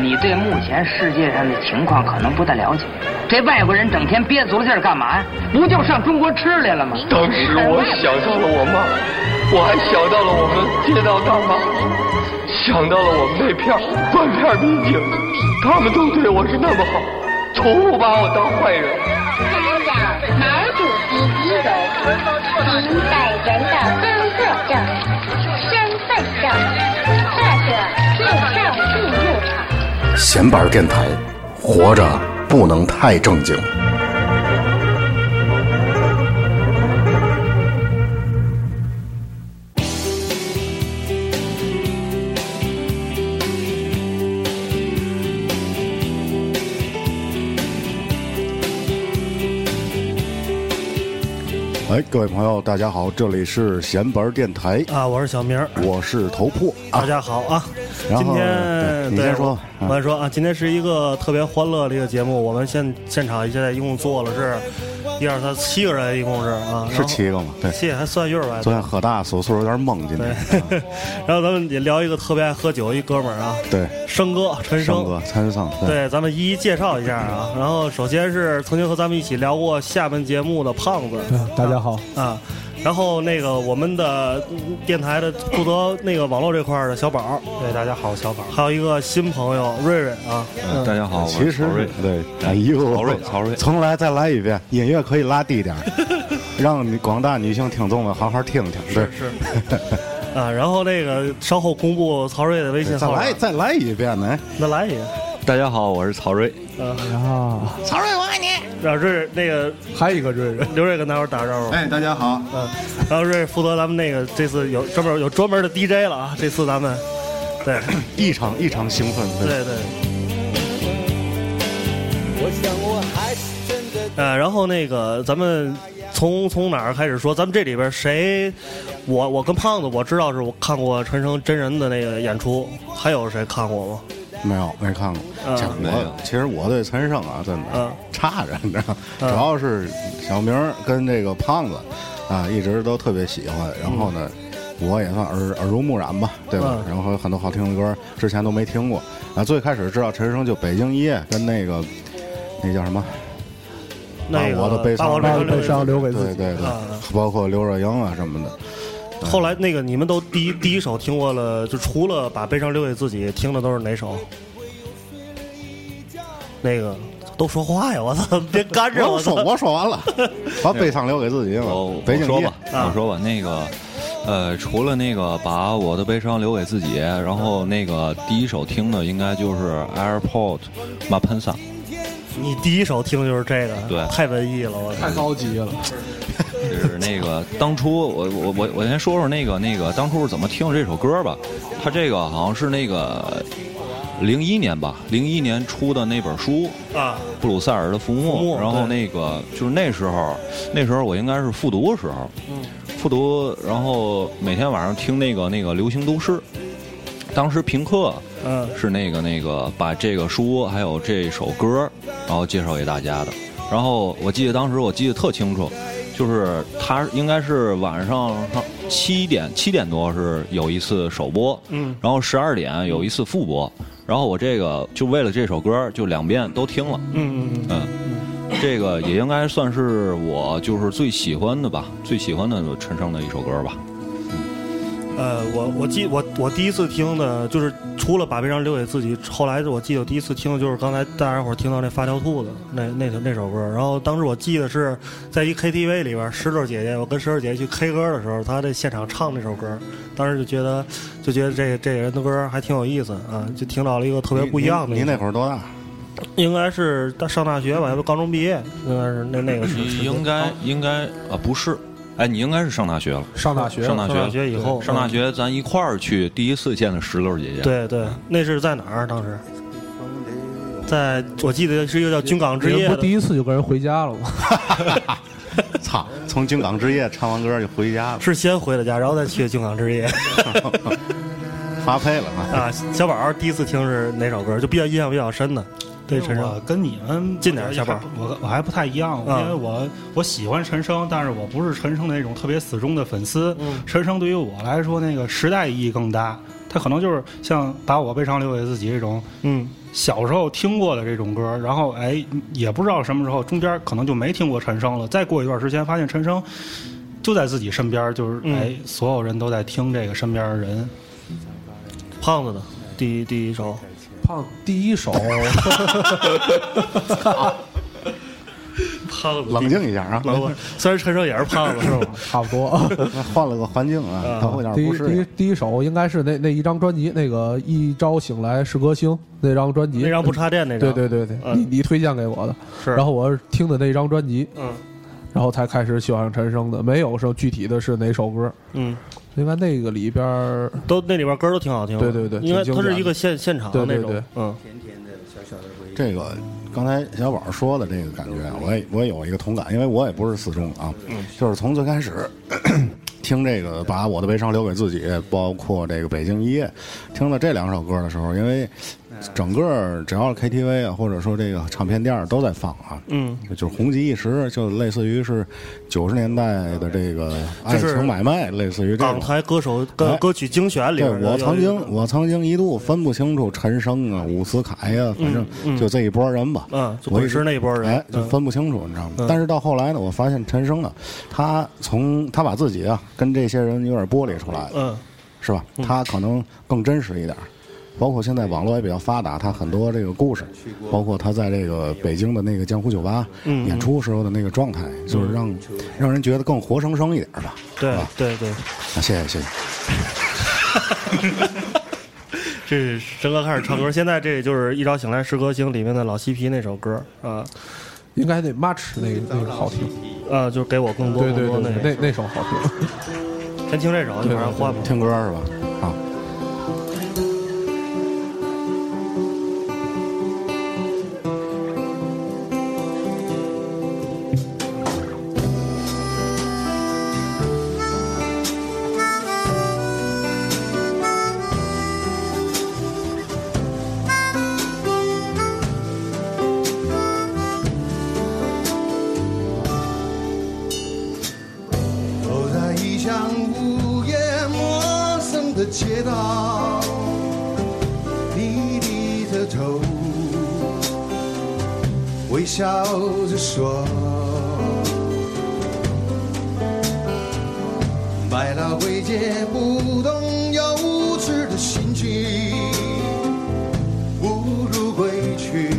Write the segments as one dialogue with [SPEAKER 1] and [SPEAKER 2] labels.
[SPEAKER 1] 你对目前世界上的情况可能不太了解。这外国人整天憋足了劲儿干嘛呀？不就上中国吃来了吗？
[SPEAKER 2] 当时我想到了我妈，我还想到了我们街道大妈，想到了我们那片儿半片儿民警，他们都对我是那么好，从不把我当坏人。
[SPEAKER 3] 他让毛主席遗容您本人的工作证、身份证，或者护照进入场。
[SPEAKER 4] 闲板儿电台，活着不能太正经。哎，各位朋友，大家好，这里是闲板儿电台，
[SPEAKER 5] 啊，我是小明儿，
[SPEAKER 4] 我是头破
[SPEAKER 5] 大
[SPEAKER 4] 啊。
[SPEAKER 5] 家好啊。
[SPEAKER 4] 然
[SPEAKER 5] 今
[SPEAKER 4] 后对
[SPEAKER 5] 天
[SPEAKER 4] 你
[SPEAKER 5] 对
[SPEAKER 4] 先说
[SPEAKER 5] 我我先说啊，今天是一个特别欢乐的一个节目。我们现现场现在一共坐了是一二三七个人，一共是啊，
[SPEAKER 4] 是七个吗？对，
[SPEAKER 5] 七还算月儿吧。
[SPEAKER 4] 昨天喝大，所岁数有点懵，今天。
[SPEAKER 5] 对， 然后咱们也聊一个特别爱喝酒一哥们儿啊，
[SPEAKER 4] 对，
[SPEAKER 5] 生哥陈
[SPEAKER 4] 生
[SPEAKER 5] 生。
[SPEAKER 4] 哥，参生，对，
[SPEAKER 6] 嗯
[SPEAKER 5] 对，咱们一一介绍一下啊。然后首先是曾经和咱们一起聊过厦门节目的胖子，
[SPEAKER 6] 嗯大家好，
[SPEAKER 5] 啊，然后那个我们的嗯电台的负责那个网络这块儿的小宝，对，大家好，小宝，还有一个新朋友瑞瑞啊，
[SPEAKER 7] 呃
[SPEAKER 2] 大家好
[SPEAKER 4] 嗯其实是对，哎呦，
[SPEAKER 2] 曹睿曹睿
[SPEAKER 4] 从来再来一遍，音乐可以拉低点儿， 让你广大女性听众们好好听听。对，
[SPEAKER 5] 是 啊，然后那个稍后公布曹睿的微信
[SPEAKER 4] 再
[SPEAKER 5] 号码，
[SPEAKER 4] 来再来一遍呢。
[SPEAKER 5] 那来一个，
[SPEAKER 2] 大家好，我是曹睿。
[SPEAKER 5] 啊，
[SPEAKER 6] 然后
[SPEAKER 5] 让瑞瑞那个
[SPEAKER 6] 还有一个瑞瑞，
[SPEAKER 5] 刘瑞跟大伙儿打个招呼，
[SPEAKER 8] 哎，大家好，
[SPEAKER 5] 嗯、然后瑞瑞负责咱们那个这次有专门有专门的 DJ 了啊，这次咱们对
[SPEAKER 4] 异常异常兴奋，对，
[SPEAKER 5] 对对。呃，然后那个咱们从从哪儿开始说？咱们这里边谁？我我跟胖子我知道是我看过陈升真人的那个演出，还有谁看过吗？
[SPEAKER 4] 没有没看过。
[SPEAKER 5] 嗯
[SPEAKER 4] 这我其实我对参生啊，真的
[SPEAKER 5] 嗯
[SPEAKER 4] 差着，你知道，主
[SPEAKER 5] 嗯
[SPEAKER 4] 要是小明儿跟这个胖子啊，一直都特别喜欢。然后呢，我也算耳耳濡目染吧，对吧？
[SPEAKER 5] 嗯
[SPEAKER 4] 然后有很多好听的歌，之前都没听过。啊，最开始知道陈升就《北京一夜》跟那个那叫什么。
[SPEAKER 5] 那个
[SPEAKER 4] 把我的悲伤
[SPEAKER 5] 把我
[SPEAKER 6] 把
[SPEAKER 5] 的
[SPEAKER 6] 我
[SPEAKER 5] 悲
[SPEAKER 6] 悲伤留给自
[SPEAKER 4] 对
[SPEAKER 6] 己。
[SPEAKER 4] 对对
[SPEAKER 5] 啊，
[SPEAKER 4] 包括刘若英啊什么的。
[SPEAKER 5] 后来那个你们都第一第一首听过了，就除了把悲伤留给自己，听的都是哪首？那个都说话呀！我操，别干扰
[SPEAKER 4] 我
[SPEAKER 5] 我！
[SPEAKER 4] 说
[SPEAKER 5] 操。
[SPEAKER 4] 我说完了，把悲伤留给自己嘛
[SPEAKER 7] 哦我。
[SPEAKER 4] 嗯北
[SPEAKER 7] 我
[SPEAKER 4] 京嗯
[SPEAKER 7] 说
[SPEAKER 4] 夜
[SPEAKER 7] 吧，
[SPEAKER 5] 啊
[SPEAKER 7] 我说吧，那个，呃，除了那个把我的悲伤留给自己，然后那个第一首听的应该就是 Airport m a p a n s a
[SPEAKER 5] 你第一首听的就是这个，
[SPEAKER 7] 对
[SPEAKER 5] 太文艺了，我操
[SPEAKER 6] 太高级了，
[SPEAKER 7] 就是那个当初我我我我先说说那个那个当初是怎么听这首歌吧，它这个好像是那个零一年吧，零一年出的那本书，
[SPEAKER 5] 啊！
[SPEAKER 7] 布鲁塞尔的浮
[SPEAKER 5] 浮木
[SPEAKER 7] 木，然后
[SPEAKER 5] 对
[SPEAKER 7] 那个就是那时候，那时候我应该是复读的时候，
[SPEAKER 5] 嗯
[SPEAKER 7] 复读，然后每天晚上听那个那个流行都市，当时评课
[SPEAKER 5] 嗯，
[SPEAKER 7] 是那个那个把这个书还有这首歌，然后介绍给大家的。然后我记得当时我记得特清楚，就是他应该是晚上上七点七点多是有一次首播，
[SPEAKER 5] 嗯，
[SPEAKER 7] 然后十二点有一次复播。然后我这个就为了这首歌，就两遍都听了。
[SPEAKER 5] 嗯嗯
[SPEAKER 7] 嗯，这个也应该算是我就是最喜欢的吧，最喜欢的陈升的一首歌吧。
[SPEAKER 5] 嗯，呃，我我记我我第一次听的就是除了把悲伤留给自己，后来我记得我第一次听的就是刚才大家伙儿听到那发条兔子那那首那首歌，然后当时我记得是在一 KTV 里边儿，石头姐姐，我跟石头姐姐去 K 歌的时候，她在现场唱那首歌，当时就觉得就觉得这这人的歌还挺有意思啊，就听到了一个特别不一样的。
[SPEAKER 4] 您那会儿多大？
[SPEAKER 5] 应该是大上大学吧，要不高中毕业，应该是那那个时
[SPEAKER 4] 嗯
[SPEAKER 7] 你
[SPEAKER 5] 期
[SPEAKER 7] 应该应该啊不是，哎，你应该是上大学了。
[SPEAKER 6] 上大学，
[SPEAKER 7] 上大
[SPEAKER 5] 上大学以后，嗯
[SPEAKER 7] 上大学咱一块儿去，第一次见的石榴姐姐。，
[SPEAKER 5] 对对，那是在哪儿？啊当时，在我记得是一个叫《军港之
[SPEAKER 6] 你
[SPEAKER 5] 夜
[SPEAKER 6] 不》第
[SPEAKER 5] 的，
[SPEAKER 6] 一次就跟人回家了吗？
[SPEAKER 4] 操！从京港之夜唱完歌就回家了，
[SPEAKER 5] 是先回的家，然后再去的《军港之 夜》
[SPEAKER 4] 发配了啊！
[SPEAKER 5] 啊。小宝儿第一次听是哪首歌？就比较印象比较深的，对陈
[SPEAKER 9] 我
[SPEAKER 5] 升。
[SPEAKER 9] 呃跟你们
[SPEAKER 5] 近点儿小宝
[SPEAKER 9] 我我还不太一样，
[SPEAKER 5] 嗯
[SPEAKER 9] 因为我我喜欢陈升，但是我不是陈升的那种特别死忠的粉丝。
[SPEAKER 5] 嗯
[SPEAKER 9] 陈升对于我来说，那个时代意义更大。他可能就是像打我悲伤留给自己这种
[SPEAKER 5] 嗯，
[SPEAKER 9] 小时候听过的这种歌，然后哎，也不知道什么时候中间可能就没听过陈升了。再过一段时间，发现陈升就在自己身边，就是、
[SPEAKER 5] 嗯
[SPEAKER 9] 哎，所有人都在听这个身边的人。
[SPEAKER 5] 胖子的第一第一首，
[SPEAKER 6] 胖第一首，
[SPEAKER 5] 胖子
[SPEAKER 4] 冷静一下啊，
[SPEAKER 5] 冷静。虽然陈升也是胖子，是 吧？
[SPEAKER 6] 差不多。
[SPEAKER 4] 换了个环境啊，他会有
[SPEAKER 6] 第
[SPEAKER 4] 点
[SPEAKER 6] 一
[SPEAKER 4] 不
[SPEAKER 6] 第
[SPEAKER 4] 适
[SPEAKER 6] 一
[SPEAKER 4] 应。
[SPEAKER 6] 第一首应该是那那一张专辑，那个《一朝醒来是歌星》那张专辑，
[SPEAKER 5] 那张不插电那张，
[SPEAKER 6] 对对对对，
[SPEAKER 5] 嗯
[SPEAKER 6] 你你推荐给我的，
[SPEAKER 5] 是
[SPEAKER 6] 然后我是听的那张专辑，
[SPEAKER 5] 嗯
[SPEAKER 6] 然后才开始喜欢上陈升的，没有说具体的是哪首歌，
[SPEAKER 5] 嗯，
[SPEAKER 6] 应该那个里边儿
[SPEAKER 5] 都那里边歌都挺好听的。
[SPEAKER 6] 对对对
[SPEAKER 5] 因为
[SPEAKER 6] 挺经
[SPEAKER 5] 它是
[SPEAKER 6] 典
[SPEAKER 5] 一个现现场
[SPEAKER 6] 对
[SPEAKER 5] 那
[SPEAKER 6] 对
[SPEAKER 5] 种
[SPEAKER 6] 对，
[SPEAKER 5] 嗯
[SPEAKER 4] 这个刚才小宝说的这个感觉，我也我也有一个同感，因为我也不是四中啊，
[SPEAKER 5] 嗯
[SPEAKER 4] 就是从最开始。 听这个，把我的悲伤留给自己，包括这个《北京一夜》，听了这两首歌的时候，因为整个只要是 KTV 啊，或者说这个唱片店儿都在放啊，
[SPEAKER 5] 嗯，
[SPEAKER 4] 就是红极一时，就类似于是九十年代的这个爱
[SPEAKER 5] 就是
[SPEAKER 4] 情买卖，类似于这
[SPEAKER 5] 港
[SPEAKER 4] 种。
[SPEAKER 5] 台歌手歌
[SPEAKER 4] 哎
[SPEAKER 5] 歌曲精选里
[SPEAKER 4] 对
[SPEAKER 5] 边，
[SPEAKER 4] 我曾
[SPEAKER 5] 有一个
[SPEAKER 4] 经，我曾经一度分不清楚陈升啊、伍思凯呀、反正就这一波人吧。
[SPEAKER 5] 嗯就
[SPEAKER 4] 我
[SPEAKER 5] 滚石
[SPEAKER 4] 一直
[SPEAKER 5] 那一波人
[SPEAKER 4] 哎，
[SPEAKER 5] 嗯
[SPEAKER 4] 就分不清楚，你知道吗？但是到后来呢，我发现陈升啊，他从他把自己啊跟这些人有点剥离出来了，
[SPEAKER 5] 嗯
[SPEAKER 4] 是吧？他可能更真实一点儿。包括现在网络也比较发达，他很多这个故事，包括他在这个北京的那个江湖酒吧
[SPEAKER 5] 嗯
[SPEAKER 4] 演出时候的那个状态，就是让让人觉得更活生生一点儿吧。
[SPEAKER 5] 对
[SPEAKER 4] 是吧
[SPEAKER 5] 对对，
[SPEAKER 4] 啊，谢谢谢谢。
[SPEAKER 5] 这是陈哥开始唱歌，现在这就是《一朝醒来是歌星》里面的老嬉皮那首歌啊，
[SPEAKER 6] 应该那 March 那个那个好听，
[SPEAKER 5] 呃，就是给我更多
[SPEAKER 6] 对
[SPEAKER 5] 更多那
[SPEAKER 6] 对对对，
[SPEAKER 5] 个，
[SPEAKER 6] 那那首好听，
[SPEAKER 5] 先听这首，一会儿换吧。
[SPEAKER 4] 听歌是吧？啊，
[SPEAKER 8] 走在异乡无夜陌生的街道，你低着头，微笑着说：“百老汇街不动有致的心情，不如归去。”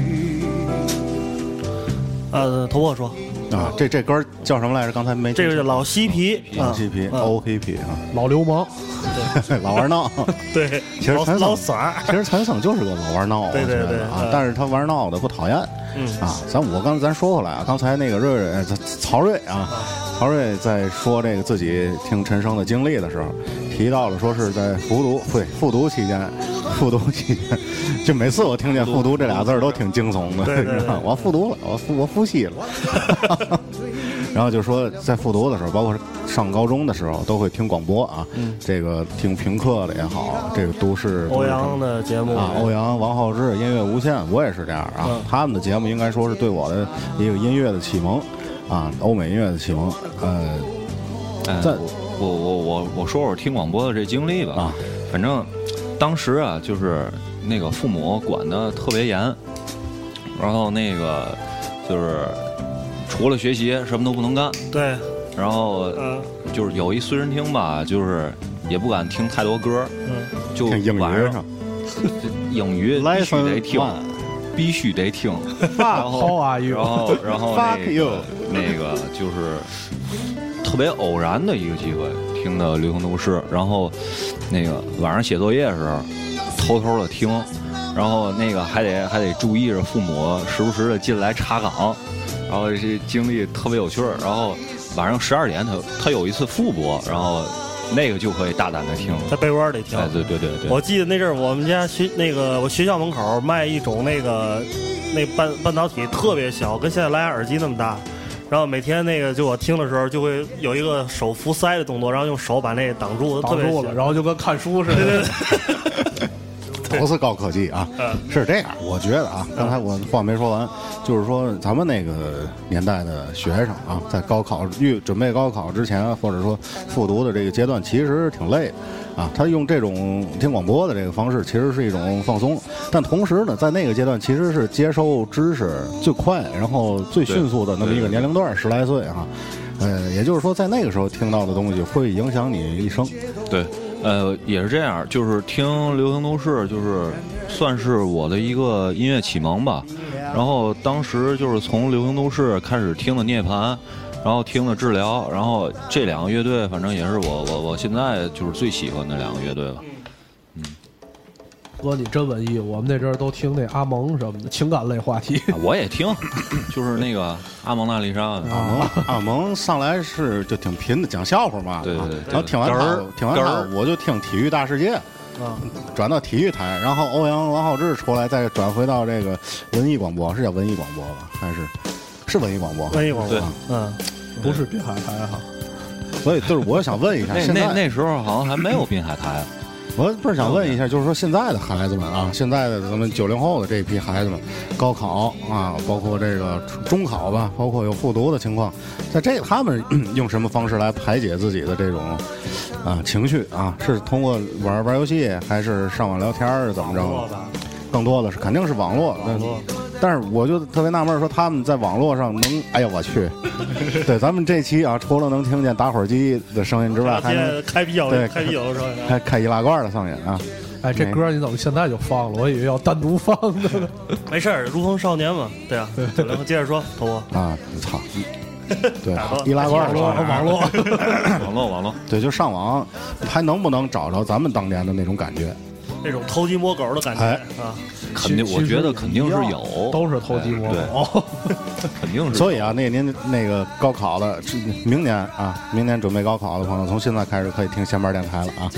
[SPEAKER 5] 呃，头破说，
[SPEAKER 4] 啊，这这歌叫什么来着？刚才没
[SPEAKER 5] 这个是老嬉皮，
[SPEAKER 4] 老嬉皮
[SPEAKER 5] 啊
[SPEAKER 4] O K P 啊，
[SPEAKER 6] 老流氓，
[SPEAKER 4] 老玩 闹。
[SPEAKER 5] 对，
[SPEAKER 4] 其实
[SPEAKER 5] 老
[SPEAKER 4] 陈
[SPEAKER 5] 老
[SPEAKER 4] 总
[SPEAKER 5] 嗓儿，
[SPEAKER 4] 其实陈总就是个老玩闹，我
[SPEAKER 5] 对对
[SPEAKER 4] 觉得
[SPEAKER 5] 对
[SPEAKER 4] 啊
[SPEAKER 5] 嗯，
[SPEAKER 4] 但是他玩闹的不讨厌。啊，咱我刚咱说回来啊，刚才那个瑞瑞，呃咱曹睿啊，
[SPEAKER 5] 嗯
[SPEAKER 4] 曹睿在说这个自己听陈升的经历的时候，提到了说是在复读，对，复读期间，复读期间， 就每次我听见复读这俩字儿都挺惊悚的，
[SPEAKER 5] 对对对
[SPEAKER 4] 你知道吗我复读了，我复我复习了。然后就说，在复读的时候，包括上高中的时候，都会听广播啊，这个听评课的也好，这个都市
[SPEAKER 5] 欧阳嗯的节目
[SPEAKER 4] 啊，欧阳、王浩志、音乐无限，我也是这样啊。他们的节目应该说是对我的一个音乐的启蒙啊，欧美音乐的启蒙。呃，
[SPEAKER 7] 哎
[SPEAKER 4] 在
[SPEAKER 7] 我我我我我说我听广播的这经历吧，
[SPEAKER 4] 啊
[SPEAKER 7] 反正当时啊，就是那个父母管的特别严，然后那个就是除了学习什么都不能干，
[SPEAKER 5] 对，
[SPEAKER 7] 然后
[SPEAKER 5] 嗯
[SPEAKER 7] 就是有一随身听吧，就是也不敢听太多歌，
[SPEAKER 5] 嗯，
[SPEAKER 7] 就
[SPEAKER 4] 听英语
[SPEAKER 7] 晚
[SPEAKER 4] 上
[SPEAKER 7] 上，英语必须
[SPEAKER 4] Lesson
[SPEAKER 7] 得听
[SPEAKER 4] one，
[SPEAKER 7] 必须得听，然
[SPEAKER 6] Fuck,
[SPEAKER 7] 后
[SPEAKER 6] how are you？
[SPEAKER 7] 然后然后
[SPEAKER 4] Fuck
[SPEAKER 7] 那
[SPEAKER 4] you
[SPEAKER 7] 个那个就是特别偶然的一个机会听的流行都市，然后那个晚上写作业的时候偷偷的听，然后那个还得还得注意着父母时不时的进来查岗，然后这经历特别有趣儿。然后晚上十二点他他有一次复播，然后那个就可以大胆的听。
[SPEAKER 6] 嗯
[SPEAKER 5] 在被窝里听
[SPEAKER 7] 哎，。对对对对，
[SPEAKER 5] 我记得那阵儿我们家学那个我学校门口卖一种那个那半半导体特别小，跟现在蓝牙耳机那么大。然后每天那个就我听的时候，就会有一个手扶腮的动作，然后用手把那个挡住，特
[SPEAKER 6] 挡
[SPEAKER 5] 别
[SPEAKER 6] 住
[SPEAKER 5] 小
[SPEAKER 6] 了，然后就跟看书似的，
[SPEAKER 4] 都是高科技啊。是这样，我觉得啊，刚才我话没说完，就是说咱们那个年代的学生啊，在高考预准备高考之前，啊或者说复读的这个阶段，其实挺累的啊。他用这种听广播的这个方式，其实是一种放松，但同时呢，在那个阶段其实是接收知识最快，然后最迅速的那么一个年龄段，十来岁啊。呃，也就是说，在那个时候听到的东西会影响你一生。
[SPEAKER 7] 对，呃，也是这样，就是听流行都市，就是算是我的一个音乐启蒙吧。然后当时就是从流行都市开始听的涅槃，然后听的治疗，然后这两个乐队，反正也是我我我现在就是最喜欢的两个乐队吧。
[SPEAKER 6] 哥，你真文艺，我们那阵儿都听那阿蒙什么的情感类 话题。
[SPEAKER 7] 啊我也听， 就是那个阿蒙娜丽莎。
[SPEAKER 4] 阿蒙阿蒙上来是就挺贫的，讲笑话嘛。
[SPEAKER 7] 对对对
[SPEAKER 4] 啊然后听完
[SPEAKER 7] 哏
[SPEAKER 4] 他
[SPEAKER 7] 儿，
[SPEAKER 4] 听完
[SPEAKER 7] 哏
[SPEAKER 4] 他
[SPEAKER 7] 儿，
[SPEAKER 4] 我就听《体育大世界》，
[SPEAKER 5] 啊
[SPEAKER 4] 转到体育台，然后欧阳王浩志出来，再转回到这个文艺广播，是叫文艺广播吧？还是是文艺广播？
[SPEAKER 5] 文艺广播
[SPEAKER 7] 对，
[SPEAKER 5] 嗯，
[SPEAKER 6] 不是滨海台
[SPEAKER 5] 啊
[SPEAKER 6] 哈，
[SPEAKER 4] 所以就是我想问一下，
[SPEAKER 7] 那
[SPEAKER 4] 现
[SPEAKER 7] 那
[SPEAKER 4] 在
[SPEAKER 7] 那时候好像还没有滨海台，
[SPEAKER 4] 我不是想问一下，就是说现在的孩子们啊，现在的咱们九零后的这一批孩子们，高考啊，包括这个中考吧，包括有复读的情况，在这他们咳用什么方式来排解自己的这种啊情绪啊？是通过玩玩游戏，还是上网聊天儿，怎么
[SPEAKER 5] 网络
[SPEAKER 4] 着？
[SPEAKER 5] 吧，
[SPEAKER 4] 更多的是肯定是网络。
[SPEAKER 5] 网络
[SPEAKER 4] 但是我就特别纳闷，说他们在网络上能，哎呀我 去，对，咱们这期啊，除了能听见打火机的声音之外，还
[SPEAKER 5] 现
[SPEAKER 4] 能
[SPEAKER 5] 在开啤酒
[SPEAKER 4] 对，
[SPEAKER 5] 开啤酒哎的时候也
[SPEAKER 4] 还开易拉罐的声音啊。
[SPEAKER 6] 哎，这
[SPEAKER 4] 没
[SPEAKER 6] 歌你怎么现在就放了？我以为要单独放的呢。
[SPEAKER 5] 没事儿，如风少年嘛，对啊。然后接着说，头啊发
[SPEAKER 4] 啊，操！对，易拉罐
[SPEAKER 5] 网络
[SPEAKER 4] 上
[SPEAKER 5] 网络，
[SPEAKER 7] 网络网络。
[SPEAKER 4] 对，就上网，还能不能找着咱们当年的那种感觉？
[SPEAKER 5] 那种偷鸡摸狗的感觉
[SPEAKER 4] 哎
[SPEAKER 5] 啊，
[SPEAKER 7] 肯定，
[SPEAKER 6] 其
[SPEAKER 7] 我觉得
[SPEAKER 6] 其实也
[SPEAKER 7] 肯定
[SPEAKER 6] 一
[SPEAKER 7] 是
[SPEAKER 6] 样
[SPEAKER 7] 有，
[SPEAKER 6] 都是偷鸡摸
[SPEAKER 7] 哎
[SPEAKER 6] 狗。
[SPEAKER 7] 对 肯定是。
[SPEAKER 4] 所以啊，那您那个高考的，是明年啊，明年准备高考的朋友，从现在开始可以听闲班电台了啊，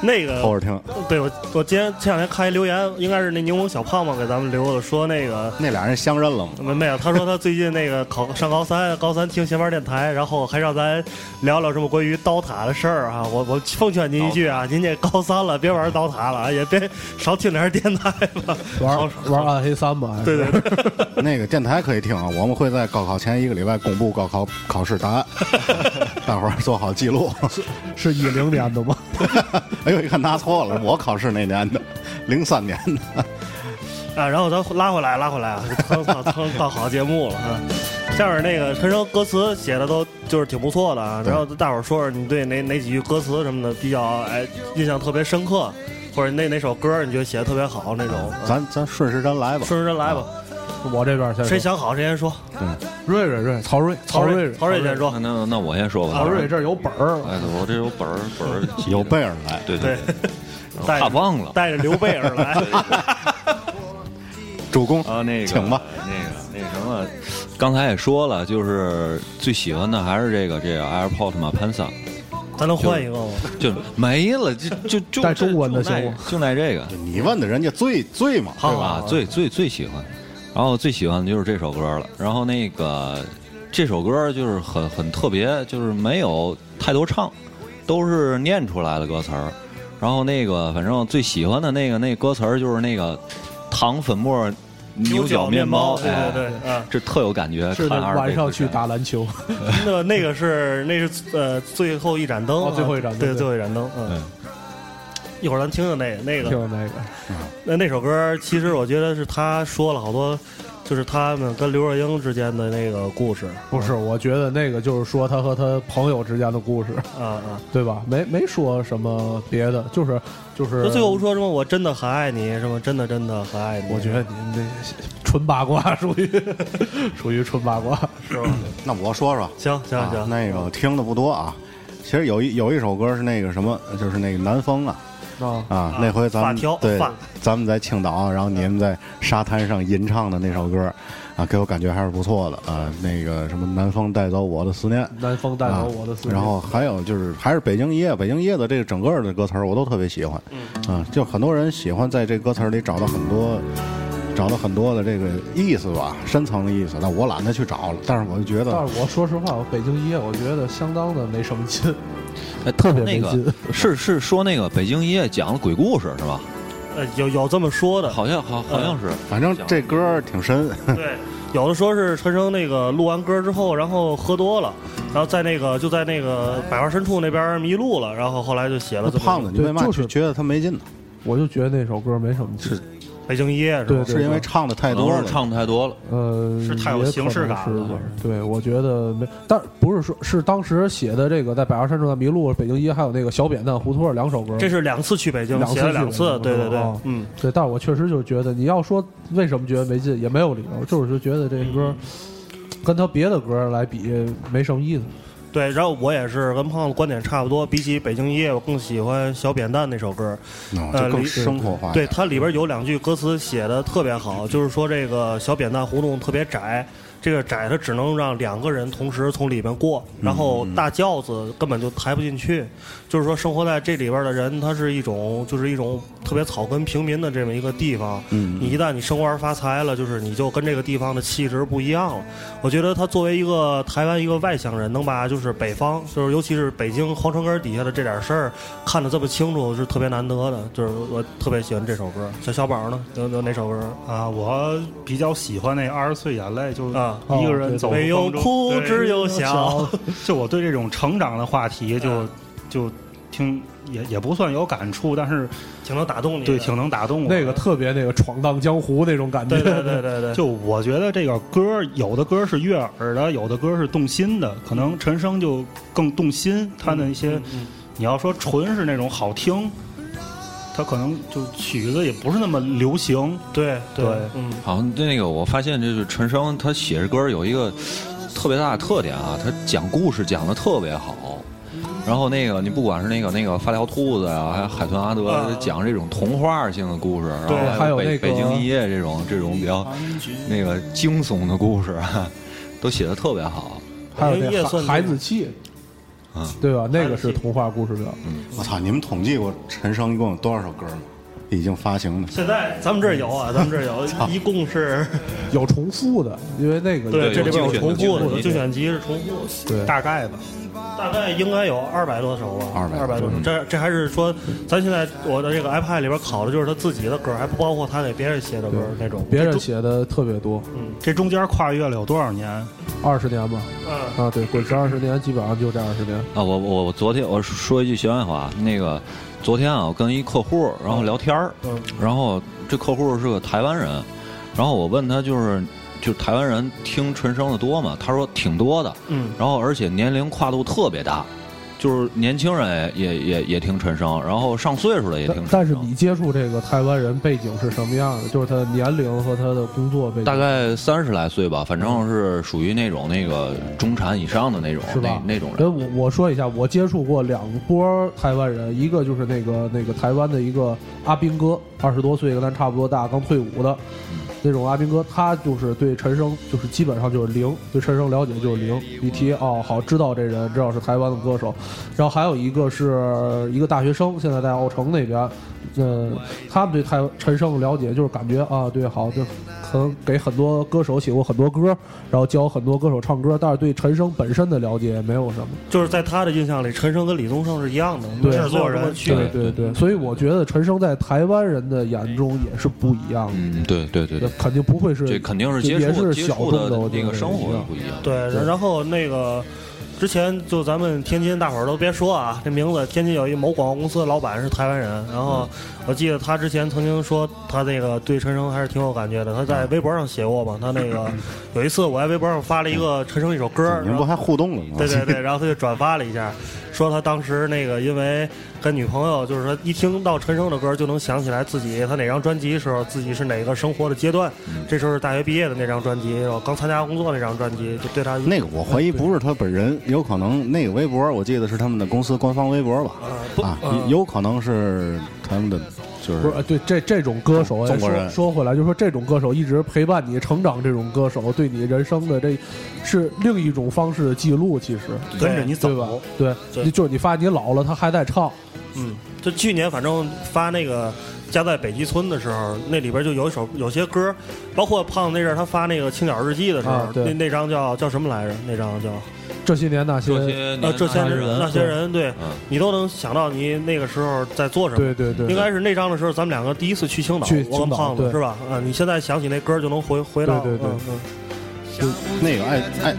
[SPEAKER 5] 那个
[SPEAKER 4] 偷着听。
[SPEAKER 5] 对我，我今天这两天看一留言，应该是那柠檬小胖胖给咱们留的，说那个
[SPEAKER 4] 那俩人相认了吗？
[SPEAKER 5] 没没有，他说他最近那个考上高三，高三听闲玩电台，然后还让咱聊聊什么关于刀塔的事儿啊。我我奉劝您一句啊，您这高三了，别玩刀塔了啊，也别少听点电台 吧。好
[SPEAKER 6] 玩玩暗黑三吧，还是
[SPEAKER 5] 对对对，
[SPEAKER 4] 那个电台可以听啊，我们会在高考前一个礼拜公布高考考试答案， 大伙儿做好记录。
[SPEAKER 6] 是一零年的吗？
[SPEAKER 4] 哎呦，一看答错了，我考试那年的，零三年的。
[SPEAKER 5] 啊，然后咱拉回来，拉回来啊， 刚到刚到好节目了啊。下面那个陈升歌词写的都就是挺不错的啊，然后大伙儿说说你对哪哪几句歌词什么的比较哎印象特别深刻，或者哪哪首歌你觉得写的特别好那种。啊
[SPEAKER 4] 咱咱顺时针来吧，
[SPEAKER 5] 顺时针来吧，
[SPEAKER 6] 我这边先
[SPEAKER 5] 谁
[SPEAKER 6] 说
[SPEAKER 5] 想好谁先说。
[SPEAKER 6] 瑞瑞瑞嗯曹瑞
[SPEAKER 5] 曹
[SPEAKER 6] 瑞
[SPEAKER 5] 睿，曹睿先 说
[SPEAKER 7] 那。那那我先说吧。
[SPEAKER 6] 曹瑞这儿有本儿，
[SPEAKER 7] 哎，我这有本儿本儿记 着，
[SPEAKER 4] 有备而来。
[SPEAKER 7] 对
[SPEAKER 5] 对
[SPEAKER 7] 对，，
[SPEAKER 5] 带
[SPEAKER 7] 怕
[SPEAKER 5] 着
[SPEAKER 7] 忘了。
[SPEAKER 5] 带着刘备而来。
[SPEAKER 4] 主公
[SPEAKER 7] 啊，那个，
[SPEAKER 4] 请吧。
[SPEAKER 7] 那个，那个什么，刚才也说了，就是最喜欢的还是这个这个 AirPod 马潘萨，
[SPEAKER 5] 咱能换一个吗？
[SPEAKER 7] 就没了，就就就
[SPEAKER 6] 带中文的
[SPEAKER 7] 就那
[SPEAKER 6] 行吗
[SPEAKER 7] 就那这个，
[SPEAKER 4] 你问的人家最最嘛，
[SPEAKER 5] 好
[SPEAKER 7] 对吧？最最最喜欢，然后最喜欢的就是这首歌了。然后那个这首歌就是很很特别，就是没有太多唱，都是念出来的歌词儿。然后那个反正最喜欢的那个那歌词儿就是那个糖粉末牛角面包，
[SPEAKER 5] 对
[SPEAKER 7] 哎
[SPEAKER 5] 对对，啊，
[SPEAKER 7] 这特有感觉。
[SPEAKER 6] 是
[SPEAKER 7] 看
[SPEAKER 6] 那
[SPEAKER 7] 二十
[SPEAKER 6] 晚上去
[SPEAKER 7] 倍
[SPEAKER 6] 打 篮球，
[SPEAKER 5] 那那个是那是呃最后一盏灯
[SPEAKER 6] 哦
[SPEAKER 5] 啊，
[SPEAKER 6] 最后一盏灯
[SPEAKER 5] 对
[SPEAKER 6] 对
[SPEAKER 5] 最后一盏灯，嗯
[SPEAKER 7] 嗯。
[SPEAKER 5] 一会儿咱听听那个那
[SPEAKER 6] 听
[SPEAKER 5] 个
[SPEAKER 6] 那个
[SPEAKER 5] 那那首歌，其实我觉得是他说了好多，就是他们跟刘若英之间的那个故事
[SPEAKER 6] 不是，我觉得那个就是说他和他朋友之间的故事，
[SPEAKER 5] 啊啊。
[SPEAKER 6] 对吧？没没说什么别的，就是就是
[SPEAKER 5] 那最后说什么我真的很爱你，什么真的真的很爱你，
[SPEAKER 6] 我觉得你们这纯八卦属于属于纯八卦，
[SPEAKER 5] 是吧？
[SPEAKER 4] 那我说说，
[SPEAKER 5] 行行
[SPEAKER 4] 啊
[SPEAKER 5] 行，
[SPEAKER 4] 那个听的不多啊。其实有一有一首歌是那个什么，就是那个南风啊
[SPEAKER 6] 啊
[SPEAKER 4] 啊，那回咱
[SPEAKER 5] 发
[SPEAKER 4] 们
[SPEAKER 5] 条
[SPEAKER 4] 对
[SPEAKER 5] 发，
[SPEAKER 4] 咱们在青岛，啊然后你们在沙滩上吟唱的那首歌，啊，给我感觉还是不错的啊。那个什么，南风带走我的思念，
[SPEAKER 6] 南方带走我的思
[SPEAKER 4] 啊
[SPEAKER 6] 念。
[SPEAKER 4] 然后还有就是，还是《北京一夜》，《北京一夜》的这个整个的歌词儿我都特别喜欢，嗯、啊，就很多人喜欢在这歌词儿里找到很多，找到很多的这个意思吧，深层的意思。但我懒得去找了，但是我就觉得
[SPEAKER 6] 但是我说实话，我北京一夜我觉得相当的没什么劲，
[SPEAKER 7] 哎，
[SPEAKER 6] 特别没
[SPEAKER 7] 那
[SPEAKER 6] 劲
[SPEAKER 7] 个是是说那个北京一夜讲了鬼故事是吧？
[SPEAKER 5] 呃，有有这么说的，
[SPEAKER 7] 好像好好像是，
[SPEAKER 4] 反正这歌儿挺深，
[SPEAKER 5] 对，有的说是陈升那个录完歌之后，然后喝多了，然后在那个就在那个百花深处那边迷路了，然后后来就写了
[SPEAKER 4] 那
[SPEAKER 5] 这么
[SPEAKER 4] 胖子，你为嘛
[SPEAKER 6] 对就是
[SPEAKER 4] 就觉得他没劲呢？
[SPEAKER 6] 我就觉得那首歌没什么劲。
[SPEAKER 5] 北京夜是吧？
[SPEAKER 6] 对
[SPEAKER 4] 是因为唱的太
[SPEAKER 7] 可
[SPEAKER 4] 多
[SPEAKER 7] 能
[SPEAKER 4] 了，
[SPEAKER 7] 是唱太多了。
[SPEAKER 6] 呃，
[SPEAKER 9] 是太有
[SPEAKER 6] 也可
[SPEAKER 9] 形式
[SPEAKER 6] 能
[SPEAKER 9] 感
[SPEAKER 6] 是
[SPEAKER 9] 了
[SPEAKER 6] 吧
[SPEAKER 9] 还是
[SPEAKER 6] 对，我觉得没，但不是说，是当时写的这个在百花山中的迷路、北京一，还有那个小扁担胡同两首歌。
[SPEAKER 5] 这是两次去北京，
[SPEAKER 6] 两次
[SPEAKER 5] 写了
[SPEAKER 6] 去
[SPEAKER 5] 两次，
[SPEAKER 6] 北京
[SPEAKER 5] 对对对
[SPEAKER 6] 哦，
[SPEAKER 5] 嗯，
[SPEAKER 6] 对，但是我确实就觉得，你要说为什么觉得没劲，也没有理由，就是就觉得这歌跟他别的歌来比没什么意思。
[SPEAKER 5] 对。然后我也是跟胖子观点差不多，比起北京夜，我更喜欢小扁担那首歌，
[SPEAKER 4] 嗯
[SPEAKER 5] 呃
[SPEAKER 4] 就更
[SPEAKER 5] 李
[SPEAKER 4] 生活化一
[SPEAKER 5] 对，
[SPEAKER 4] 点。嗯
[SPEAKER 5] 它里边有两句歌词写的特别好，就是说这个小扁担胡同特别窄，这个窄它只能让两个人同时从里面过，
[SPEAKER 4] 嗯
[SPEAKER 5] 然后大轿子根本就抬不进去。就是说，生活在这里边的人，他是一种就是一种特别草根平民的这么一个地方。
[SPEAKER 4] 嗯
[SPEAKER 5] 你一旦你升官发财了，就是你就跟这个地方的气质不一样了。我觉得他作为一个台湾一个外乡人，能把就是北方，就是尤其是北京皇城根底下的这点事儿看得这么清楚，是特别难得的。就是我特别喜欢这首歌。小小宝呢，有有哪首歌？
[SPEAKER 9] 啊，我比较喜欢那《二十岁眼泪》，就是
[SPEAKER 5] 啊
[SPEAKER 9] 一个
[SPEAKER 6] 哦
[SPEAKER 9] 人
[SPEAKER 6] 对
[SPEAKER 9] 走、
[SPEAKER 5] 没有哭，只有笑。 嗯
[SPEAKER 9] 就我对这种成长的话题就，就挺也也不算有感触，但是
[SPEAKER 5] 挺能打动你的。
[SPEAKER 9] 对挺能打动我。
[SPEAKER 6] 那个特别那个闯荡江湖那种感觉。
[SPEAKER 5] 对对对对对，
[SPEAKER 9] 就我觉得这个歌，有的歌是悦耳的，有的歌是动心的。可
[SPEAKER 5] 嗯
[SPEAKER 9] 能陈升就更动心，他的一些、你要说纯是那种好听，他可能就曲子也不是那么流行。
[SPEAKER 5] 对
[SPEAKER 9] 对
[SPEAKER 5] 嗯，
[SPEAKER 7] 好像那个我发现，就是陈升他写歌儿有一个特别大的特点啊，他讲故事讲的特别好。然后那个你不管是那个那个发条兔子啊，还有海豚阿德，
[SPEAKER 5] 啊
[SPEAKER 7] 他讲这种童话性的故事，然
[SPEAKER 5] 对
[SPEAKER 7] 后
[SPEAKER 6] 还有
[SPEAKER 7] 北、
[SPEAKER 6] 那个嗯
[SPEAKER 7] 北京一夜这种这种比较那个惊悚的故事，啊，都写的特别好。
[SPEAKER 6] 还有
[SPEAKER 5] 因为
[SPEAKER 6] 那
[SPEAKER 5] 夜
[SPEAKER 6] 孩
[SPEAKER 5] 算
[SPEAKER 6] 孩子气，
[SPEAKER 7] 嗯
[SPEAKER 6] 对吧？那个是童话故事表。
[SPEAKER 4] 我操，你们统计过陈升一共有多少首歌吗？已经发行的。
[SPEAKER 5] 现在咱们这儿有啊，咱们这儿有，一共是
[SPEAKER 6] 有重复的，因为那个
[SPEAKER 7] 对
[SPEAKER 5] 这里边
[SPEAKER 7] 有
[SPEAKER 5] 有
[SPEAKER 7] 精
[SPEAKER 5] 重复
[SPEAKER 7] 选的
[SPEAKER 5] 的，
[SPEAKER 7] 精
[SPEAKER 5] 精
[SPEAKER 7] 选
[SPEAKER 5] 选集是重复的，
[SPEAKER 6] 对
[SPEAKER 9] 大概吧，
[SPEAKER 5] 大概应该有二百多首吧，
[SPEAKER 4] 200
[SPEAKER 5] 百多首。
[SPEAKER 4] 嗯
[SPEAKER 5] 这这还是说，咱现在我的这个 iPad 里边考的就是他自己的歌，还不包括他给别人写的歌那种。
[SPEAKER 6] 别人写的特别多，
[SPEAKER 5] 嗯
[SPEAKER 9] 这中间跨越了有多少年？
[SPEAKER 6] 二十年吧，
[SPEAKER 5] 嗯，
[SPEAKER 6] 啊，对，滚石二十年，基本上就这二十年。
[SPEAKER 7] 啊，我我我昨天我说一句闲话，啊那个昨天啊，我跟一客户然后聊天儿，
[SPEAKER 5] 嗯
[SPEAKER 7] 然后这客户是个台湾人，然后我问他就是就是台湾人听陈升的多吗？他说挺多的，
[SPEAKER 5] 嗯，
[SPEAKER 7] 然后而且年龄跨度特别大，就是年轻人也也也也听陈升，然后上岁数的也听
[SPEAKER 6] 但
[SPEAKER 7] 陈
[SPEAKER 6] 但是
[SPEAKER 7] 升，
[SPEAKER 6] 你接触这个台湾人背景是什么样的？就是他的年龄和他的工作背景。
[SPEAKER 7] 大概三十来岁吧，反正是属于那种那个中产以上的那种
[SPEAKER 6] 是吧
[SPEAKER 7] 那那种
[SPEAKER 6] 跟
[SPEAKER 7] 人。
[SPEAKER 6] 哎我我说一下，我接触过两波台湾人，一个就是那个那个台湾的一个阿兵哥，二十多岁跟咱差不多大，刚退伍的
[SPEAKER 7] 嗯
[SPEAKER 6] 那种阿兵哥，他就是对陈升就是基本上就是零，对陈升了解就是
[SPEAKER 7] 哎
[SPEAKER 6] 零。一提哦，好知道这人，知道是台湾的歌手。然后还有一个是一个大学生，现在在奥城那边，嗯，他们对台陈升了解就是感觉啊，对，好，就可能给很多歌手写过很多歌，然后教很多歌手唱歌，但是对陈升本身的了解也没有什么。
[SPEAKER 5] 就是在他的印象里，陈升跟李宗盛是一样的，
[SPEAKER 6] 对
[SPEAKER 5] 制作人
[SPEAKER 7] 对
[SPEAKER 6] 对对对，所以我觉得陈升在台湾人的眼中也是不一样的，
[SPEAKER 7] 嗯，对对对对，
[SPEAKER 6] 肯定不会是
[SPEAKER 7] 这肯定是接
[SPEAKER 6] 也
[SPEAKER 7] 触
[SPEAKER 6] 是
[SPEAKER 7] 接
[SPEAKER 6] 小
[SPEAKER 7] 触
[SPEAKER 6] 众的
[SPEAKER 7] 的
[SPEAKER 6] 我
[SPEAKER 7] 那
[SPEAKER 6] 觉
[SPEAKER 7] 个
[SPEAKER 6] 得
[SPEAKER 7] 生活
[SPEAKER 6] 一
[SPEAKER 7] 也
[SPEAKER 6] 样
[SPEAKER 7] 不一样。
[SPEAKER 5] 对，
[SPEAKER 6] 对
[SPEAKER 5] 然后那个之前就咱们天津大伙儿都别说啊，这名字天津有一某广告公司的老板是台湾人，然后我记得他之前曾经说他那个对陈升还是挺有感觉的，他在微博上写过嘛，他那个有一次我在微博上发了一个陈升一 首歌，
[SPEAKER 4] 您
[SPEAKER 5] 然
[SPEAKER 4] 不
[SPEAKER 5] 后
[SPEAKER 4] 还互动了吗？
[SPEAKER 5] 对对对，然后他就转发了一下，说他当时那个因为跟女朋友，就是说一听到陈升的歌就能想起来自己他哪张专辑时候自己是哪个生活的阶段，这时候是大学毕业的那张专辑，我刚参加工作那张专辑，就对他
[SPEAKER 4] 那个我怀疑不是他本人，有可能那个微博我记得是他们的公司官方微博吧，
[SPEAKER 5] 不
[SPEAKER 4] 啊，
[SPEAKER 5] 呃
[SPEAKER 4] 有有可能是他们的就是
[SPEAKER 6] 不是，对这这种歌手，哎
[SPEAKER 4] 中国
[SPEAKER 6] 说
[SPEAKER 4] 人
[SPEAKER 6] 说回来，就说这种歌手一直陪伴你成长，这种歌手对你人生的这是另一种方式的记录，其实
[SPEAKER 9] 跟着你
[SPEAKER 6] 对吧
[SPEAKER 9] 走，？
[SPEAKER 6] 对，
[SPEAKER 5] 对
[SPEAKER 6] 你就是你发现你老了，他还在唱，
[SPEAKER 5] 嗯，就去年反正发那个家在北极村的时候，那里边就有一首有些歌，包括胖子那阵儿他发那个青鸟日记的时候，
[SPEAKER 6] 啊对
[SPEAKER 5] 那那张叫叫什么来着？那张叫
[SPEAKER 6] 这些年那些，
[SPEAKER 7] 这些年
[SPEAKER 5] 呃，这些
[SPEAKER 7] 那
[SPEAKER 5] 人那些人，对
[SPEAKER 7] 嗯
[SPEAKER 5] 你都能想到你那个时候在做什么。
[SPEAKER 6] 对对对，
[SPEAKER 5] 应该是那张的时候，咱们两个第一次去青岛，
[SPEAKER 6] 去
[SPEAKER 5] 我
[SPEAKER 6] 青
[SPEAKER 5] 跟
[SPEAKER 6] 岛
[SPEAKER 5] 胖子
[SPEAKER 6] 对
[SPEAKER 5] 是吧？啊，你现在想起那歌儿就能回回到，
[SPEAKER 6] 对对对
[SPEAKER 5] 嗯嗯
[SPEAKER 4] 那个爱爱爱爱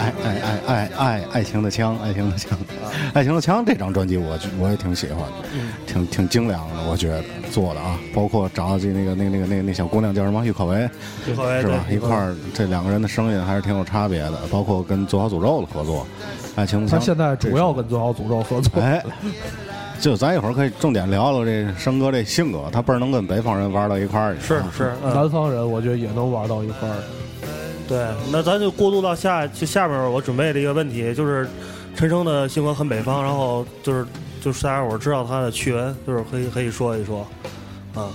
[SPEAKER 4] 爱爱爱爱情的枪，爱情的枪，
[SPEAKER 5] 啊
[SPEAKER 4] 爱情的枪这张专辑我我也挺喜欢的，
[SPEAKER 5] 嗯
[SPEAKER 4] 挺挺精良的，我觉得做的啊，包括找到这那个那个那个那个那小姑娘叫什么郁可唯，
[SPEAKER 5] 郁可唯
[SPEAKER 4] 是吧？
[SPEAKER 5] 哎对
[SPEAKER 4] 一块儿这两个人的声音还是挺有差别的，包括跟《左小诅咒》的合作，爱情的
[SPEAKER 6] 他
[SPEAKER 4] 枪。
[SPEAKER 6] 现在主要跟《左小诅咒》合作，
[SPEAKER 4] 哎，就咱一会儿可以重点聊聊这生哥这性格，他倍儿能跟北方人玩到一块儿去。
[SPEAKER 5] 是是，嗯
[SPEAKER 6] 南方人我觉得也能玩到一块儿。
[SPEAKER 5] 对，那咱就过渡到下，就下面我准备的一个问题就是，陈升的性格很北方，然后就是就是大家伙儿知道他的趣闻，就是可以可以说一说，啊，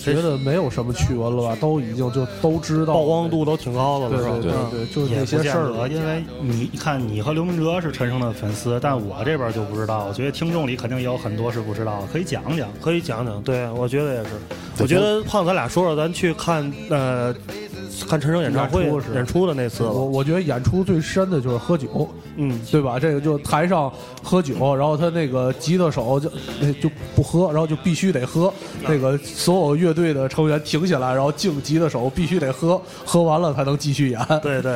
[SPEAKER 6] 觉得没有什么趣闻了吧，都已经就都知道了
[SPEAKER 5] 曝光度都挺高的
[SPEAKER 6] 对
[SPEAKER 5] 了，是嗯吧
[SPEAKER 6] 对？对对，就是
[SPEAKER 9] 也
[SPEAKER 6] 那
[SPEAKER 9] 不
[SPEAKER 6] 些
[SPEAKER 9] 见
[SPEAKER 6] 事
[SPEAKER 9] 得，
[SPEAKER 6] 儿。
[SPEAKER 9] 因为你你看，你和刘明哲是陈升的粉丝，但我这边就不知道。我觉得听众里肯定也有很多是不知道的，可以讲讲。
[SPEAKER 5] 可以讲讲，对我觉得也是。我觉得胖，咱俩说说咱去看呃看陈升演唱会
[SPEAKER 6] 演出是
[SPEAKER 5] 演出的那次吧
[SPEAKER 6] 我我觉得演出最深的就是喝酒，
[SPEAKER 5] 嗯，
[SPEAKER 6] 对吧？这个就台上喝酒，然后他那个吉他手就那就不喝，然后就必须得喝。
[SPEAKER 5] 嗯
[SPEAKER 6] 那个所有乐队的成员停下来，然后敬吉他手必须得喝，喝完了才能 继续演。
[SPEAKER 5] 对对。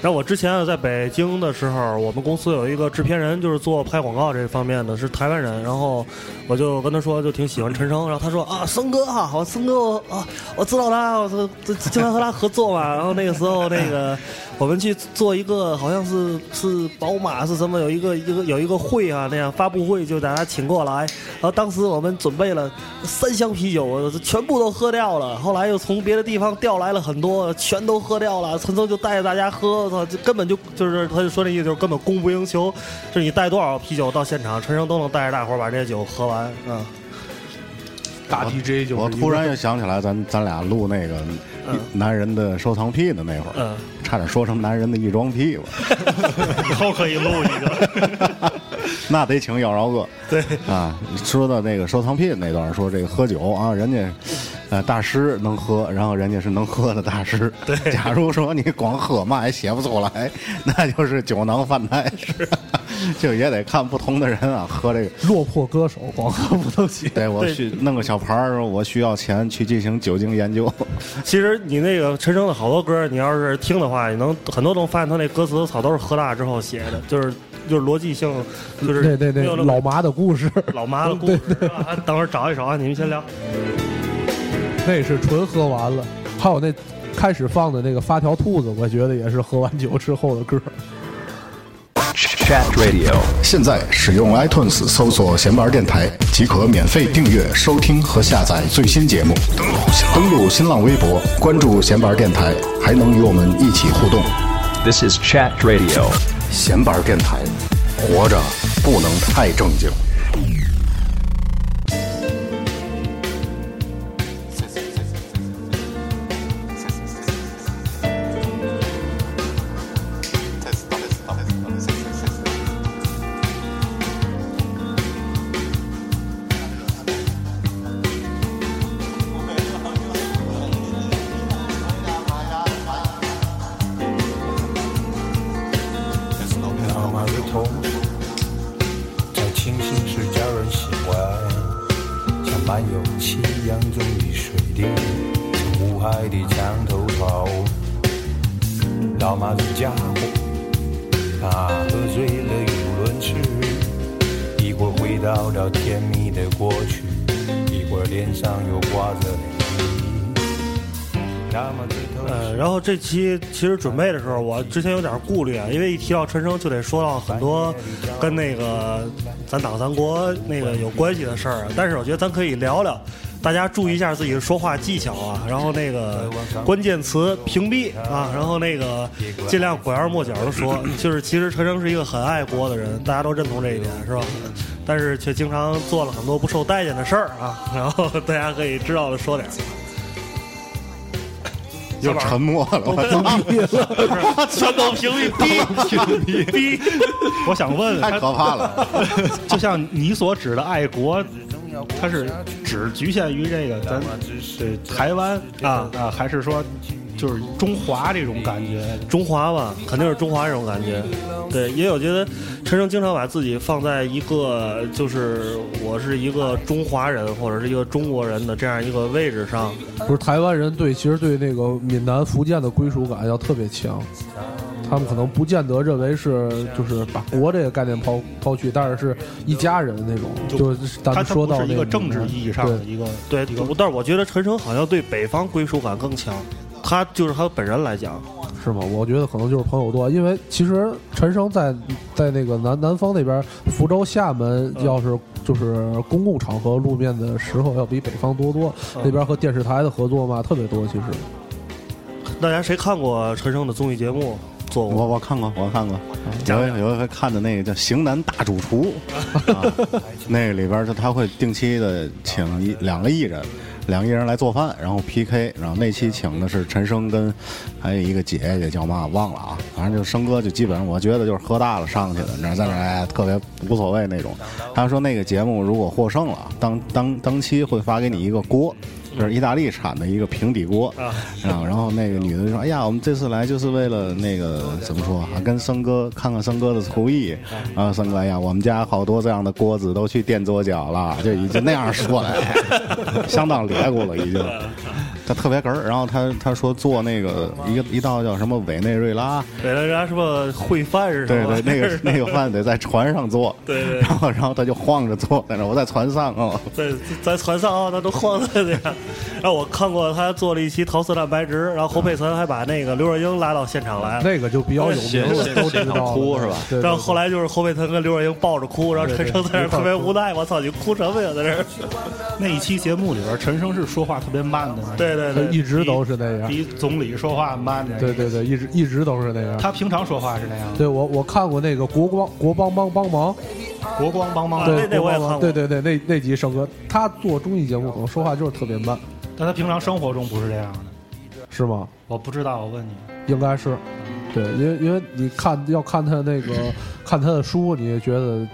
[SPEAKER 5] 然后我之前啊在北京的时候，我们公司有一个制片人，就是做拍广告这方面的，是台湾人。然后我就跟他说，就挺喜欢陈升。然后他说啊，森哥哈、好，森哥我啊，我知道他，我这这经常和他合作嘛。然后那个时候那个我们去做一个好像是是宝马是什么有一个一个有一个会啊那样发布会，就把他请过来。然后当时我们准备了三箱啤酒，我全部都喝掉了。后来又从别的地方调来了很多，全都喝掉了。陈总就带着大家喝，我操，这根本就就是他就说那意思就是根本供不应求，就是你带多少啤酒到现场，陈升都能带着大伙儿把这些酒喝完。嗯，
[SPEAKER 6] 大 DJ 就
[SPEAKER 4] 我突然又想起来咱，咱俩录那个男人的收藏癖的那会儿，
[SPEAKER 5] 嗯
[SPEAKER 4] 差点说成男人的一装屁吧，
[SPEAKER 9] 以后可以录一个。
[SPEAKER 4] 那得请姚饶哥。
[SPEAKER 5] 对
[SPEAKER 4] 啊，说到那个收藏癖那段儿，说这个喝酒啊，人家呃大师能喝，然后人家是能喝的大师。对，假如说你光喝嘛也写不出来，那就是酒囊饭袋，是， 就也得看不同的人啊，喝这个。
[SPEAKER 6] 落魄歌手，广告不能写。
[SPEAKER 4] 对，我去弄个小牌儿，我需要钱去进行酒精研究。
[SPEAKER 5] 其实你那个陈升的好多歌，你要是听的话，你能很多能发现他那歌词好都是喝大之后写的，就是就是逻辑性，就是
[SPEAKER 6] 对对对
[SPEAKER 5] 没有，那么
[SPEAKER 6] 老麻的故事，
[SPEAKER 5] 老妈的故事。啊，等会儿找一找啊，你们先聊。
[SPEAKER 6] 那是纯喝完了，还有那开始放的那个发条兔子，我觉得也是喝完酒之后的歌。
[SPEAKER 4] Chat Radio，现在使用 iTunes 搜索“闲玩电台”即可免费订阅、收听和下载最新节目。登录新浪微博，关注“闲玩电台”，还能与我们一起互动。
[SPEAKER 10] This is Chat Radio.
[SPEAKER 4] 闲玩电台，活着不能太正经。
[SPEAKER 9] 呃
[SPEAKER 11] 老马如同在清新时叫人喜欢，像漫游夕阳中的水滴，像无害的墙头草。老马这家伙，他喝醉了语无伦次，一会儿回到了甜蜜的过去，一会儿脸上又挂着泪。那么最头
[SPEAKER 5] 呃，然后这期其实准备的时候，我之前有点顾虑啊，因为一提到陈升，就得说到很多跟那个咱党咱国那个有关系的事儿啊。但是我觉得咱可以聊聊，大家注意一下自己的说话技巧啊，然后那个关键词屏蔽啊，然后那个尽量拐弯抹角的说。就是其实陈升是一个很爱国的人，大家都认同这一点，是吧？但是却经常做了很多不受待见的事儿啊，然后大家可以知道的说点儿。
[SPEAKER 4] 又沉默了，我操！
[SPEAKER 5] 全都屏蔽，逼逼逼！
[SPEAKER 9] 我想问，
[SPEAKER 4] 太可
[SPEAKER 9] 他
[SPEAKER 4] 怕了。
[SPEAKER 9] 就像你所指的爱国，它是只局限于这个咱这台湾啊啊，还是说就是中华这种感觉。
[SPEAKER 5] 中华吧，肯定是中华这种感觉。对，也有觉得陈升经常把自己放在一个就是我是一个中华人或者是一个中国人的这样一个位置上。
[SPEAKER 6] 不是台湾人对，其实对那个闽南、福建的归属感要特别强，他们可能不见得认为是就是把国这个概念抛抛去，但是是一家人那种，就是咱
[SPEAKER 5] 他
[SPEAKER 6] 们说到那对
[SPEAKER 5] 一个对一个，但是我觉得陈升好像对北方归属感更强，他就是他本人来讲，
[SPEAKER 6] 是吗？我觉得可能就是朋友多，因为其实陈升在在那个南南方那边，福州、厦门，要是就是公共场合露面的时候，要比北方多多。
[SPEAKER 5] 嗯
[SPEAKER 6] 那边和电视台的合作嘛，特别多。其实
[SPEAKER 5] 大家谁看过陈升的综艺节目？做
[SPEAKER 4] 我我看过，我看过，有一有一回看的那个叫《型男大主厨》，啊、那里边就他会定期的请一两个艺人，两个艺人来做饭，然后 PK，然后那期请的是陈升跟还有一个姐姐叫嘛忘了啊，反正就升哥就基本上我觉得就是喝大了上去的，你知道在那儿哎特别无所谓那种。他说那个节目如果获胜了，当当当期会发给你一个锅。这是意大利产的一个平底锅，
[SPEAKER 5] 啊
[SPEAKER 4] 啊，然后那个女的就说：“哎呀，我们这次来就是为了那个怎么说啊，跟森哥看看森哥的厨艺。”
[SPEAKER 5] 嗯
[SPEAKER 4] 然后森哥哎呀，我们家好多这样的锅子都去垫桌脚了，就已经那样说了， 哎相当咧咕了已
[SPEAKER 5] 嗯
[SPEAKER 4] 经。他特别哏儿，然后他他说做那个一个一道叫什么委内瑞拉，
[SPEAKER 5] 北来人家什么烩饭是
[SPEAKER 4] 对
[SPEAKER 5] 吧？
[SPEAKER 4] 对，那个那个饭得在船上做，
[SPEAKER 5] 对对
[SPEAKER 4] 然后然后他就晃着坐在那儿，我在船上哦，
[SPEAKER 5] 在在船上啊，他都晃的 这样。然后我看过他做了一期《桃色蛋白质》，然后侯佩岑还把那个刘若英拉到现场来，
[SPEAKER 6] 那个就比较有名了，都知道了对
[SPEAKER 5] 然后后来就是侯佩岑跟刘若英抱着哭，然后陈升在那儿特别无奈，我操，你哭什么呀？在这 儿。
[SPEAKER 9] 那一期节目里边，陈升是说话特别慢的那种，
[SPEAKER 5] 对对对
[SPEAKER 6] 一直都是那样
[SPEAKER 9] 比比总理说话慢的，
[SPEAKER 6] 对对对，一直一直都是那样。
[SPEAKER 9] 他平常说话是那样的。
[SPEAKER 6] 对我我看过那个国光国帮帮帮忙，
[SPEAKER 9] 国光帮忙，
[SPEAKER 6] 对国帮忙对对对，那那集升哥他做综艺节目可能说话就是特别慢，
[SPEAKER 9] 但他平常生活中不是这样的。
[SPEAKER 6] 是吗？
[SPEAKER 9] 我不知道，我问你，
[SPEAKER 6] 应该是，对，因为因为你看要看他那个看他的书，你也觉得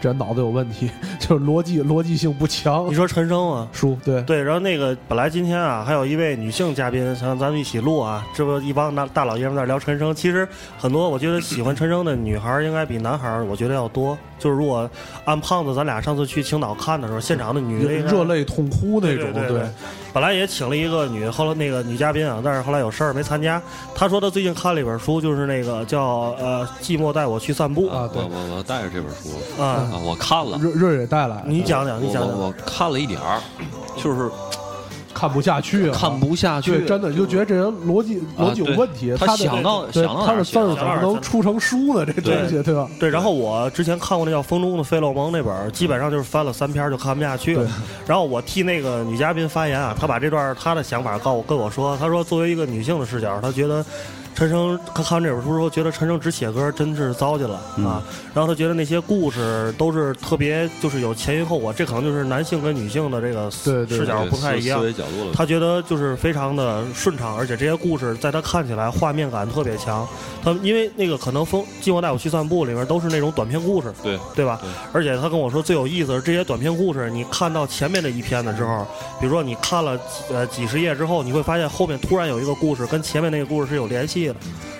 [SPEAKER 6] 这脑子有问题， 就是逻辑逻辑性不强。你
[SPEAKER 5] 说陈升啊，
[SPEAKER 6] 书对
[SPEAKER 5] 对，然后那个本来今天啊，还有一位女性嘉宾想咱们一起录啊，这不一帮大大老爷们在聊陈升。其实很多我觉得喜欢陈升的女孩儿应该比男孩儿我觉得要多。就是如果按胖子，咱俩上次去青岛看的时候，现场的女的应该
[SPEAKER 6] 热泪痛哭那种
[SPEAKER 5] 对，对
[SPEAKER 6] 对
[SPEAKER 5] 对，本来也请了一个女，后来那个女嘉宾啊，但是后来有事儿没参加。她说她最近看了一本书，就是那个叫呃《寂寞带我去散步》啊
[SPEAKER 7] 我我我带着这本书
[SPEAKER 5] 啊
[SPEAKER 7] 我看了，
[SPEAKER 6] 瑞瑞也带来，
[SPEAKER 5] 你讲讲，你讲
[SPEAKER 7] 我
[SPEAKER 5] 讲，
[SPEAKER 7] 我看了一点儿，就是
[SPEAKER 6] 看不下去啊，
[SPEAKER 7] 看不下去
[SPEAKER 6] 对真的就觉得这人逻辑逻辑有
[SPEAKER 7] 对
[SPEAKER 6] 问题，
[SPEAKER 7] 他
[SPEAKER 6] 的这
[SPEAKER 7] 想到
[SPEAKER 6] 对
[SPEAKER 7] 想到哪
[SPEAKER 6] 他
[SPEAKER 7] 儿
[SPEAKER 6] 的字儿
[SPEAKER 7] 想
[SPEAKER 6] 怎
[SPEAKER 7] 到哪
[SPEAKER 6] 么
[SPEAKER 7] 儿
[SPEAKER 6] 能出成书呢？这东西对吧？
[SPEAKER 5] 对，然后我之前看过那叫《风中的费洛蒙》那本儿，基本上就是翻了三篇儿就看不下去了。然后我替那个女嘉宾发言啊，她把这段儿她的想法告我跟我说，她说作为一个女性的视角，她觉得陈升她看完这本书之后，觉得陈升只写歌真是糟践了啊。然后她觉得那些故事都是特别就是有前因后果，这可能就是男性跟女性的这个
[SPEAKER 6] 对对
[SPEAKER 5] 视角
[SPEAKER 7] 对
[SPEAKER 5] 不太
[SPEAKER 7] 思
[SPEAKER 5] 一样，
[SPEAKER 7] 思维角度了
[SPEAKER 5] 她觉得就是非常的顺畅，而且这些故事在她看起来画面感特别强。他因为那个可能风《寂寞带我去散步》里面都是那种短篇故事，
[SPEAKER 7] 对
[SPEAKER 5] 对吧？而且他跟我说最有意思的是这些短篇故事，你看到前面的一篇的时候，比如说你看了几呃几十页之后，你会发现后面突然有一个故事跟前面那个故事是有联系的，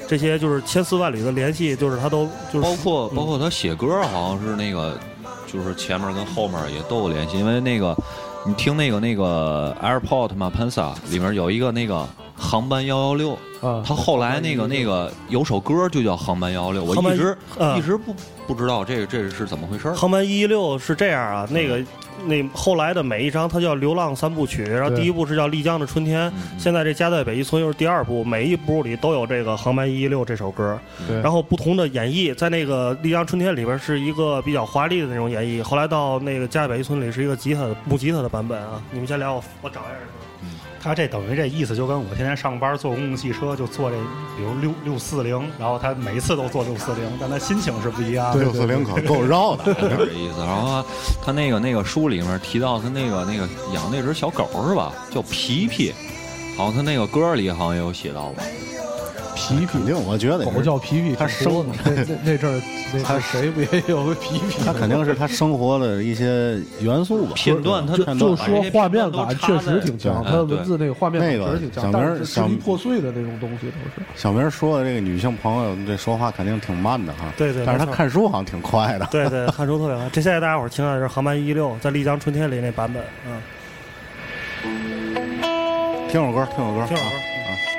[SPEAKER 5] 这些就是千丝万缕的联系，就是他都就是
[SPEAKER 7] 包括
[SPEAKER 5] 嗯
[SPEAKER 7] 包括他写歌好像是那个，就是前面跟后面也都有联系，因为那个你听那个那个 AirPod 嘛 Pansa 里面有一个那个航班幺幺六。
[SPEAKER 6] 啊，
[SPEAKER 7] 他后来那个那个有首歌就叫《航班幺幺六》，
[SPEAKER 5] 航
[SPEAKER 7] 我
[SPEAKER 5] 班
[SPEAKER 7] 一直
[SPEAKER 5] 啊
[SPEAKER 7] 一直不不知道这个这是怎么回事儿。
[SPEAKER 5] 航班一一六是这样啊，那个
[SPEAKER 9] 嗯
[SPEAKER 5] 那后来的每一张它叫《流浪三部曲》，然后
[SPEAKER 6] 对
[SPEAKER 5] 第一部是叫《丽江的春
[SPEAKER 9] 嗯
[SPEAKER 5] 天》，现在这《家在北一村》又是第二部，每一部里都有这个《航班一一六》这首歌
[SPEAKER 6] 对，
[SPEAKER 5] 然后不同的演绎，在那个《丽江春天》里边是一个比较华丽的那种演绎，后来到那个《家在北一村》里是一个吉他的木吉他的版本啊。你们先聊，我我找一下。
[SPEAKER 9] 他这等于这意思就跟我天天上班坐公共汽车就坐这，比如六六四零，然后他每一次都坐六四零，但他心情是不一样的。
[SPEAKER 4] 六四零可够绕的，
[SPEAKER 7] 有 点意思。然后他他那个那个书里面提到他那个那个养那只小狗是吧？叫皮皮，好像他那个歌里好像也有写到吧。
[SPEAKER 6] 皮皮
[SPEAKER 4] 肯，定，我觉得也是
[SPEAKER 6] 狗叫皮皮挺多的，
[SPEAKER 4] 他生的
[SPEAKER 6] 那那那阵儿，那那谁不也有个皮皮？
[SPEAKER 4] 他肯定是他生活的一些元素吧，
[SPEAKER 7] 片段他
[SPEAKER 4] 就
[SPEAKER 7] 片段
[SPEAKER 6] 就
[SPEAKER 7] 把
[SPEAKER 5] 哎
[SPEAKER 6] 说
[SPEAKER 7] 这些
[SPEAKER 6] 画
[SPEAKER 7] 片
[SPEAKER 6] 面
[SPEAKER 7] 段
[SPEAKER 6] 感
[SPEAKER 7] 都
[SPEAKER 6] 确
[SPEAKER 7] 插
[SPEAKER 6] 实
[SPEAKER 7] 在
[SPEAKER 6] 挺强，
[SPEAKER 7] 对
[SPEAKER 6] 它的
[SPEAKER 7] 对
[SPEAKER 6] 文字那个画面
[SPEAKER 4] 那个
[SPEAKER 6] 感确实挺强，
[SPEAKER 4] 小明
[SPEAKER 6] 但是支
[SPEAKER 4] 小
[SPEAKER 6] 离破碎的那种东西都是。
[SPEAKER 4] 小明说的这个女性朋友这说话肯定挺慢的哈，
[SPEAKER 5] 对对
[SPEAKER 4] 但是他
[SPEAKER 5] 没错
[SPEAKER 4] 看书好像挺快的，
[SPEAKER 5] 对对，汉书特别好。这现在大家伙儿听到的是航班一六在丽江春天里那版本，嗯，
[SPEAKER 4] 听首歌，听首歌，
[SPEAKER 5] 听首歌
[SPEAKER 4] 啊啊。